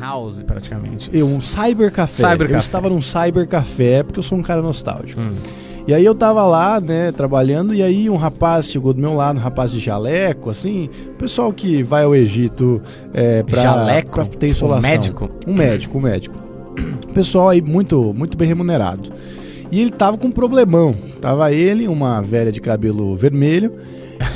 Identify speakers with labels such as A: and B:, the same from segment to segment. A: house, praticamente.
B: Eu, um cybercafé.
A: Cybercafé.
B: Eu estava num cybercafé porque eu sou um cara nostálgico.
A: Hum.
B: E aí eu tava lá, né, trabalhando, e aí um rapaz chegou do meu lado, um rapaz de jaleco, assim, pessoal que vai ao Egito é, pra,
A: Jaleco?
B: pra ter
A: Um
B: insolação.
A: médico?
B: Um médico, um médico. Pessoal aí muito, muito bem remunerado. E ele tava com um problemão. Tava ele, uma velha de cabelo vermelho,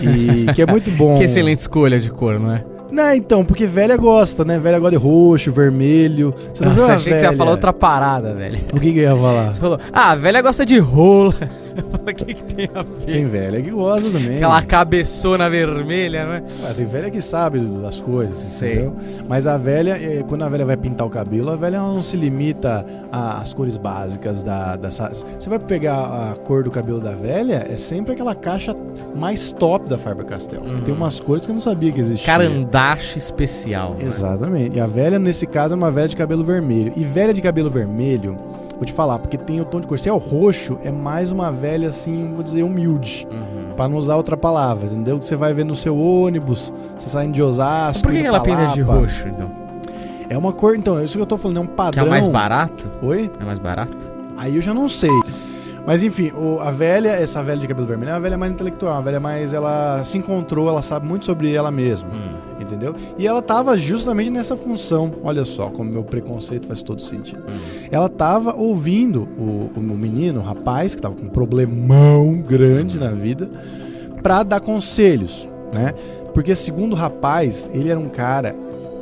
B: e que é muito bom.
A: Que excelente escolha de cor, não é?
B: Não, então, porque velha gosta, né? Velha gosta de roxo, vermelho. Você não viu
A: Nossa,
B: uma
A: achei que você ia
B: velha?
A: falar outra parada, velho.
B: O que, que eu ia falar?
A: Você falou, ah, a velha gosta de rola. Eu falei, o que, que tem a ver?
B: Tem velha que gosta também.
A: Aquela cabeçona vermelha, né?
B: Ah, tem velha que sabe das coisas,
A: Sei.
B: entendeu? Mas a velha, eh, quando a velha vai pintar o cabelo, a velha não se limita a- às cores básicas da, da sa- Você vai pegar a cor do cabelo da velha, é sempre aquela caixa mais top da Faber Castell. Tem
A: Hum.
B: umas cores que eu não sabia que existiam.
A: Carandache especial. né?
B: Exatamente. E a velha, nesse caso, é uma velha de cabelo vermelho. E velha de cabelo vermelho, vou te falar, porque tem o tom de cor. Se é o roxo, é mais uma velha, assim, vou dizer, humilde.
A: Uhum.
B: Pra não usar outra palavra, entendeu? Que você vai ver no seu ônibus, você saindo de Osasco.
A: Por que,
B: indo
A: que ela
B: pra
A: pinta de
B: Lapa.
A: roxo, então?
B: É uma cor, então, é isso que eu tô falando, é um
A: Que
B: padrão.
A: é o mais barato?
B: Oi?
A: É mais barato?
B: Aí eu já não sei. Mas enfim, o- a velha, essa velha de cabelo vermelho, é uma velha mais intelectual, uma velha mais. Ela se encontrou, ela sabe muito sobre ela mesma,
A: Hum,
B: entendeu? E ela tava justamente nessa função. Olha só como meu preconceito faz todo sentido.
A: hum.
B: Ela tava ouvindo o, o menino, o rapaz, que tava com um problemão grande na vida, pra dar conselhos, né? Porque segundo o rapaz, ele era um cara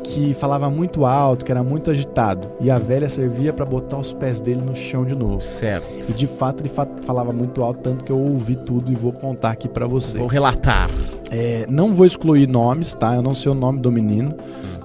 B: que falava muito alto, que era muito agitado, e a velha servia pra botar os pés dele no chão de novo.
A: Certo.
B: E de fato ele fa- falava muito alto, tanto que eu ouvi tudo e vou contar aqui pra vocês.
A: Vou relatar.
B: É, não vou excluir nomes, tá? Eu não sei o nome do menino,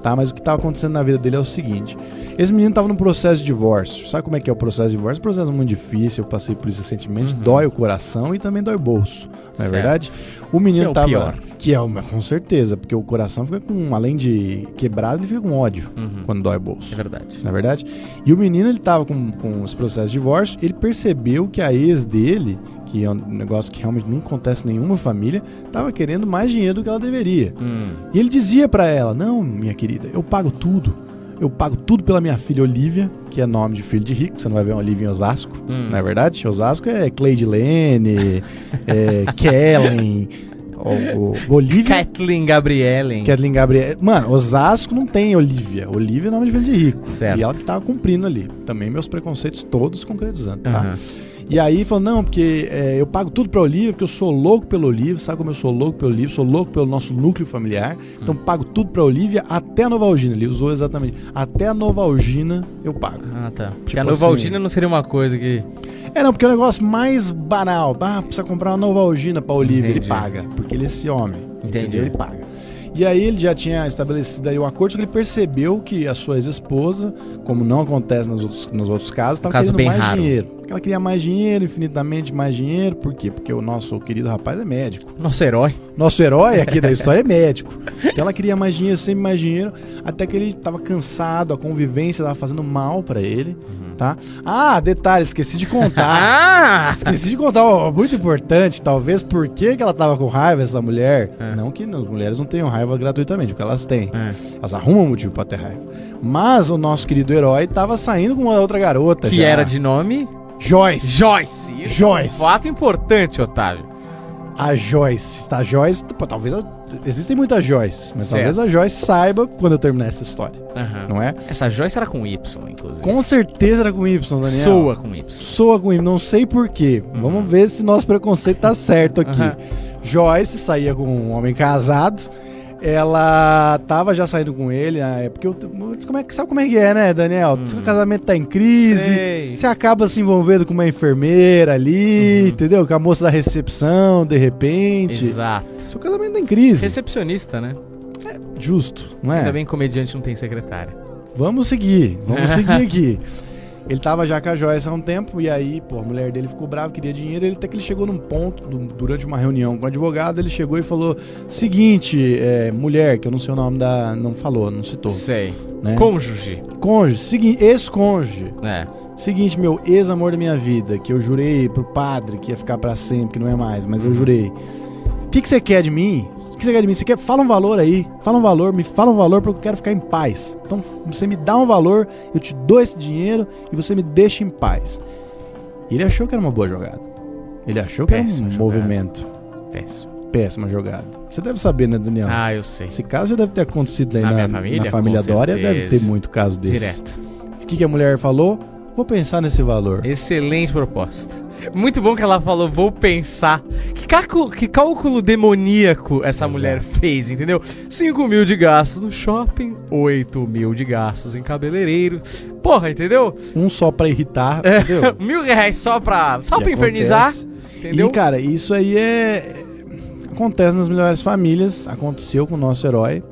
B: tá? Mas o que tava acontecendo na vida dele é o seguinte: esse menino tava num processo de divórcio. Sabe como é que é o processo de divórcio? É um processo muito difícil, eu passei por isso recentemente. Dói o coração e também dói o bolso, não é
A: Uhum. Certo.
B: verdade? O menino
A: Que é o
B: tava.
A: pior.
B: Que é uma, com certeza, porque o coração fica com, além de quebrado, ele fica com ódio quando dói o bolso
A: É verdade.
B: na verdade. E o menino, ele tava com, com esse processo de divórcio, ele percebeu que a ex dele, que é um negócio que realmente não acontece em nenhuma família, tava querendo mais dinheiro do que ela deveria.
A: Hum.
B: E ele dizia pra ela: Não, minha querida, eu pago tudo. Eu pago tudo pela minha filha Olivia, que é nome de filho de rico, você não vai ver uma Olivia em Osasco,
A: Hum.
B: não é verdade? Osasco é Cleide Lene, é Kellen, o- o- Olivia.
A: Kathleen Gabriellen.
B: Kathleen Gabriel. Mano, Osasco não tem Olivia. Olivia é nome de filho de rico.
A: Certo.
B: E ela que tava cumprindo ali. Também meus preconceitos todos concretizando, tá?
A: Aham.
B: E aí falou, não, porque é, eu pago tudo pra Olivia, porque eu sou louco pelo Olivia, sabe como eu sou louco pelo Olivia, sou louco pelo nosso núcleo familiar. Então
A: Hum.
B: pago tudo pra Olivia até a Nova Algina. Ele usou exatamente. Até a Nova Algina eu pago.
A: Ah, tá. Porque
B: Tipo
A: a Novalgina
B: assim-
A: não seria uma coisa que.
B: É, não, porque é um negócio mais banal. Ah, precisa comprar uma nova algina pra Olivia, ele
A: Entendi.
B: paga. Porque ele é esse homem.
A: Entendi.
B: Entendeu? Ele paga. E aí ele já tinha estabelecido aí o acordo, só que ele percebeu que a sua ex-esposa, como não acontece nos outros, nos outros casos, estava
A: caso
B: querendo
A: bem
B: mais
A: raro.
B: dinheiro. Ela queria mais dinheiro, infinitamente mais dinheiro. Por quê? Porque o nosso querido rapaz é médico.
A: Nosso herói.
B: Nosso herói aqui da história é médico. Então ela queria mais dinheiro, sempre mais dinheiro, até que ele tava cansado, a convivência tava fazendo mal pra ele, tá? Ah, detalhe, esqueci de contar.
A: Uhum. Ah!
B: Esqueci de contar, ó, muito importante, talvez, por que, que ela tava com raiva, essa mulher.
A: É.
B: Não que as mulheres não tenham raiva gratuitamente, porque elas têm.
A: É.
B: Elas arrumam um motivo pra ter raiva. Mas o nosso querido herói tava saindo com uma outra garota.
A: Que
B: já.
A: era de nome
B: Joyce.
A: Joyce. Isso é um
B: Joyce.
A: Fato importante, Otávio.
B: a Joyce. Tá, a Joyce. pô, talvez. ela- Existem muitas Joyce, mas
A: Certo.
B: talvez a Joyce saiba quando eu terminar essa história,
A: Aham.
B: não é?
A: Essa Joyce era com Y, inclusive.
B: Com certeza era com Y, Daniel.
A: Soa com Y.
B: Soa com Y, não sei porquê. Vamos ver se nosso preconceito tá certo aqui.
A: Aham.
B: Joyce saía com um homem casado. Ela tava já saindo com ele na época. eu- Como é, que- sabe como é que é, né, Daniel?
A: Hum.
B: Seu casamento tá em crise.
A: Sei.
B: Você acaba se envolvendo com uma enfermeira ali, entendeu? Com a moça da recepção, de repente.
A: Uhum. Exato.
B: Seu casamento tá em crise.
A: Recepcionista, né?
B: Justo, não
A: Ainda
B: é?
A: bem que comediante não tem secretária.
B: Vamos seguir, vamos seguir aqui. Ele tava já com a Joyce há um tempo, e aí, pô, a mulher dele ficou brava, queria dinheiro, ele até que ele chegou num ponto, du- durante uma reunião com o advogado, ele chegou e falou: seguinte, é, mulher, que eu não sei o nome da. Não falou, não citou.
A: Sei.
B: Né?
A: Cônjuge.
B: Cônjuge, seguinte, ex-cônjuge.
A: É.
B: Seguinte, meu ex-amor da minha vida, que eu
A: Uhum.
B: jurei pro padre que ia ficar pra sempre, que não é mais, mas eu jurei. O que, que você quer de mim? O que você quer de mim? Você quer? Fala um valor aí. Fala um valor, me fala um valor porque eu quero ficar em paz. Então você me dá um valor, eu te dou esse dinheiro e você me deixa em paz. E ele achou que era uma boa jogada. Ele achou que
A: Péssima
B: era um
A: jogada.
B: movimento.
A: Péssimo.
B: Péssima jogada. Você deve saber, né, Daniel?
A: Ah, eu sei.
B: Esse caso já deve ter acontecido aí
A: Na
B: na,
A: minha família?
B: na família
A: Com
B: Dória, deve ter
A: certeza.
B: muito caso desse.
A: Direto.
B: O que, que a mulher falou? Vou pensar nesse valor.
A: Excelente proposta. Muito bom que ela falou, vou pensar. Que, caco- que cálculo demoníaco essa
B: Exato.
A: mulher fez, entendeu? 5 mil de gastos no shopping, 8 mil de gastos em cabeleireiro. Porra, entendeu?
B: Um só pra irritar, entendeu?
A: Mil reais só pra, É. só
B: Que
A: pra infernizar,
B: acontece.
A: entendeu?
B: E, cara, isso aí é. Acontece nas melhores famílias, aconteceu com o nosso herói.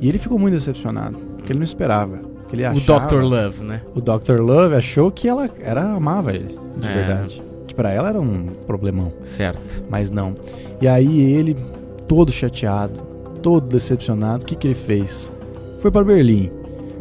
B: E ele ficou muito decepcionado, porque ele não esperava. Que ele
A: Hum. o
B: achava,
A: Dr. Love, né?
B: O Dr. Love achou que ela era, amava ele, de
A: É.
B: verdade. Que pra ela era um problemão,
A: Certo.
B: mas não. E aí ele, todo chateado, todo decepcionado, o que, que ele fez? Foi pra Berlim.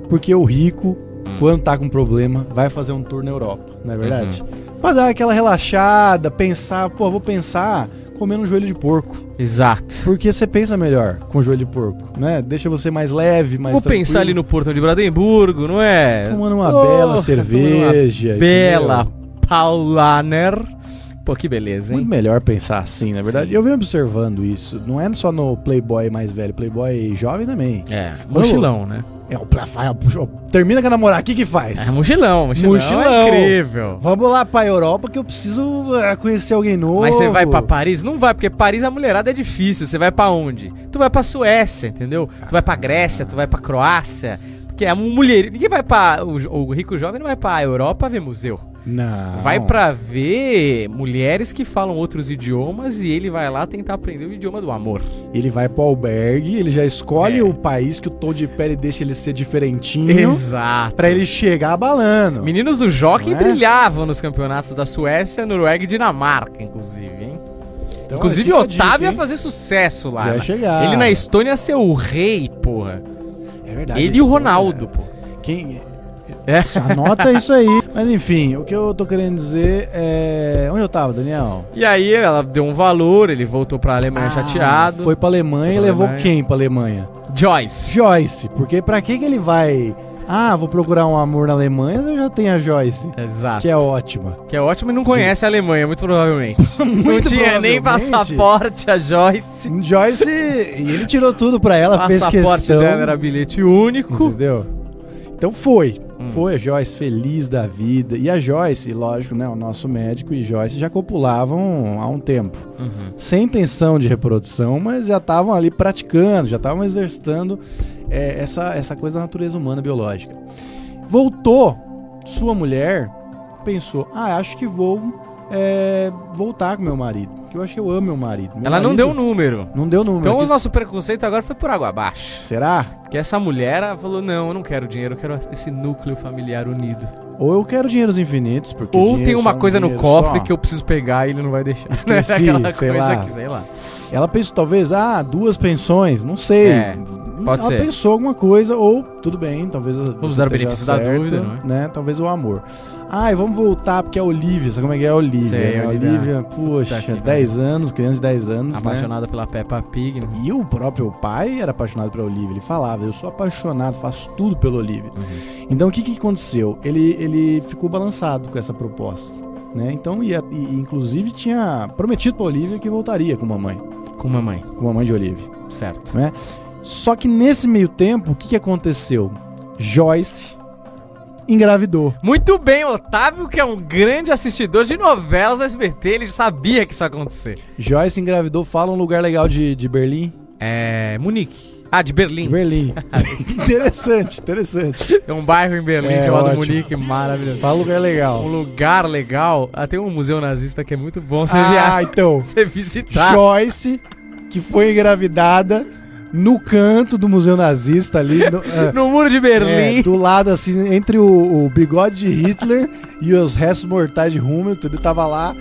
B: Porque o rico,
A: Hum.
B: quando tá com problema, vai fazer um tour na Europa, não é verdade?
A: Uhum.
B: Pra dar aquela relaxada, pensar, pô, vou pensar comendo um joelho de porco.
A: Exato.
B: Porque você pensa melhor com o joelho de porco, né? Deixa você mais leve, mais
A: Vou
B: tranquilo.
A: pensar ali no Portão de Brandemburgo, não é?
B: Tomando uma
A: Porra,
B: bela
A: tomando uma
B: cerveja.
A: Bela
B: entendeu?
A: Paulaner. Pô, que beleza, hein?
B: Muito melhor pensar assim, na verdade.
A: Sim.
B: Eu venho observando isso. Não é só no Playboy mais velho, Playboy jovem também.
A: É, mochilão, né?
B: É, o pra- fa- puxa, termina com a namorada, o que que faz?
A: É, mochilão, mochilão. É
B: Mochilão.
A: incrível.
B: Vamos lá pra Europa que eu preciso é, conhecer alguém novo.
A: Mas você vai pra Paris? Não vai, porque Paris a mulherada é difícil. Você vai pra onde? Tu vai pra Suécia, entendeu? Tu vai pra Grécia, tu vai pra Croácia. Porque a mulher. Ninguém vai pra. O, jo- o rico jovem não vai pra Europa ver museu.
B: Não.
A: Vai pra ver mulheres que falam outros idiomas e ele vai lá tentar aprender o idioma do amor.
B: Ele vai pro albergue, ele já escolhe
A: É.
B: o país que o tom de pele deixa ele ser diferentinho.
A: Exato.
B: Hum? Pra ele chegar abalando.
A: Meninos do Jockey
B: Não é?
A: brilhavam nos campeonatos da Suécia, Noruega e Dinamarca, inclusive, hein?
B: Então,
A: inclusive,
B: fica a
A: Otávio ia
B: dica, hein?
A: fazer sucesso lá.
B: Já ia
A: né?
B: chegar.
A: Ele na Estônia ia ser o rei, porra.
B: É verdade,
A: ele e o
B: isso,
A: Ronaldo, pô.
B: né? Quem...
A: É.
B: Anota isso aí. Mas enfim, o que eu tô querendo dizer é. Onde eu tava, Daniel?
A: E aí ela deu um valor, ele voltou pra Alemanha chateado.
B: Ah, Foi pra Alemanha
A: Foi
B: e
A: pra
B: levou
A: Alemanha.
B: quem pra Alemanha?
A: Joyce.
B: Joyce. Porque pra que que ele vai. Ah, vou procurar um amor na Alemanha, eu já tenho a Joyce.
A: Exato.
B: Que é ótima.
A: Que é ótimo e não conhece a Alemanha, muito provavelmente. não tinha nem
B: provavelmente.
A: passaporte a Joyce.
B: Joyce. E ele tirou tudo pra ela, fez
A: passaporte
B: questão.
A: dela era bilhete único.
B: Entendeu? Então foi.
A: Hum.
B: Foi a Joyce feliz da vida. E a Joyce, lógico, né? O nosso médico e Joyce já copulavam há um tempo.
A: Uhum.
B: Sem intenção de reprodução, mas já estavam ali praticando, já estavam exercitando é, essa, essa coisa da natureza humana biológica. Voltou, sua mulher pensou: ah, acho que vou é, voltar com meu marido. Porque eu acho que eu amo meu marido. Meu
A: Ela não
B: marido-
A: deu o número.
B: Não deu Uhum. número.
A: Então o
B: Quis-
A: nosso preconceito agora foi por água abaixo.
B: Será?
A: Que essa mulher ela falou: não, eu não quero dinheiro, eu quero esse núcleo familiar unido.
B: Ou eu quero dinheiros infinitos, porque.
A: Ou
B: dinheiro
A: tem uma
B: só é um
A: coisa no
B: dinheiro
A: cofre
B: só.
A: que eu preciso pegar e ele não vai deixar. Né?
B: Esqueci,
A: Aquela
B: sei
A: coisa
B: lá. Né?
A: que, sei lá.
B: Ela pensou, talvez, ah, duas pensões, não sei.
A: É, pode
B: Ela
A: ser.
B: pensou alguma coisa, ou tudo bem, talvez.
A: Vamos dar o benefício da dúvida, não é?
B: né? Talvez o amor. Ai, vamos voltar, porque a Olivia, sabe como é que é a Olivia?
A: Sei,
B: né? a
A: Olivia.
B: Olivia, puxa,
A: que
B: 10 anos, criança de 10 anos. né?
A: Apaixonada pela Peppa Pig. né?
B: E o próprio pai era apaixonado pela Olivia. Ele falava, eu sou apaixonado, faço tudo pela Olivia.
A: Uhum.
B: Então o que, que aconteceu? Ele, ele ficou balançado com essa proposta. Né? Então, e, a- e inclusive tinha prometido pra Olivia que voltaria com mamãe,
A: Com mamãe,
B: com mamãe de Olivia.
A: certo.
B: Só que nesse meio tempo, o que, que aconteceu? Joyce engravidou.
A: Muito bem, Otávio, que é um grande assistidor de novelas do SBT, ele sabia que isso ia acontecer.
B: Joyce engravidou, fala um lugar legal de, de Berlim.
A: É. Munique. Ah, de Berlim.
B: De Berlim. interessante, interessante.
A: Tem um bairro em Berlim
B: É,
A: chamado
B: ótimo.
A: Munique, maravilhoso.
B: Fala um lugar
A: Um
B: legal.
A: lugar legal. Ah, tem um museu nazista que é muito bom você, Tá.
B: ah,
A: via...
B: então.
A: você visitar.
B: Joyce, que foi engravidada no canto do Museu Nazista ali. No, é,
A: No muro de Berlim.
B: é, do lado, assim, entre o, o bigode de Hitler e os restos mortais de Hummel, ele tava lá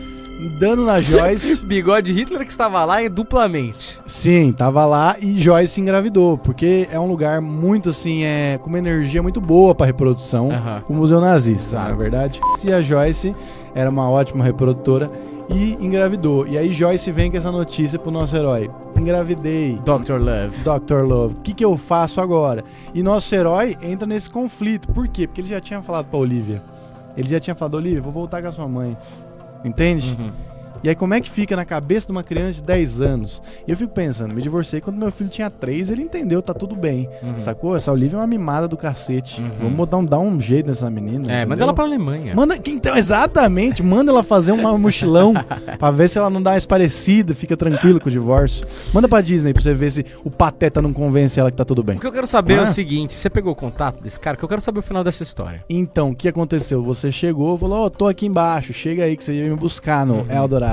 B: dando na Joyce.
A: Bigode Hitler que estava lá é duplamente.
B: Sim, tava lá e Joyce se engravidou, porque é um lugar muito assim, é, com uma energia muito boa pra reprodução,
A: Aham.
B: o Museu Nazista, é
A: Exato.
B: na verdade. E a Joyce era uma ótima reprodutora e engravidou. E aí Joyce vem com essa notícia pro nosso herói. Engravidei.
A: Dr. Love.
B: Dr. Love, o que, que eu faço agora? E nosso herói entra nesse conflito. Por quê? Porque ele já tinha falado pra Olivia. Ele já tinha falado, Olivia, vou voltar com a sua mãe. Entende?
A: Uhum.
B: E aí, como é que fica na cabeça de uma criança de 10 anos? E eu fico pensando, me divorciei quando meu filho tinha 3, ele entendeu, tá tudo bem.
A: Uhum.
B: Sacou? Essa Olivia é uma mimada do cacete.
A: Uhum.
B: Vamos dar um, dar um jeito nessa
A: É,
B: menina. entendeu?
A: manda ela pra Alemanha.
B: Manda, que- então, exatamente, manda ela fazer um mochilão pra ver se ela não dá uma esparecida, fica tranquilo com o divórcio. Manda pra Disney pra você ver se o pateta não convence ela que tá tudo bem.
A: O que eu quero saber é
B: Ah.
A: o seguinte: você pegou o contato desse cara? Que eu quero saber o final dessa história.
B: Então, o que aconteceu? Você chegou, falou, ó, tô aqui embaixo, chega aí que você ia me buscar no
A: Uhum.
B: Eldorado.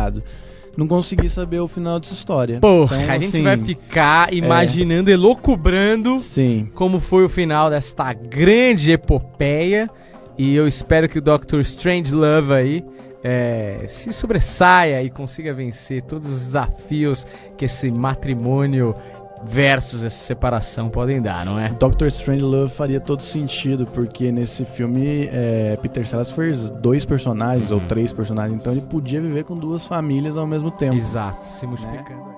B: Não consegui saber o final dessa história.
A: Porra,
B: Então,
A: a gente
B: assim,
A: vai ficar imaginando e loucubrando
B: Sim.
A: como foi o final desta grande epopeia. E eu espero que o Dr. Strange Love aí é, se sobressaia e consiga vencer todos os desafios que esse matrimônio versus essa separação podem dar, não é?
B: Doctor Strangelove faria todo sentido, porque nesse filme é, Peter Sellers fez dois personagens ou três personagens, então ele podia viver com duas famílias ao mesmo tempo.
A: Exato, se multiplicando. aí.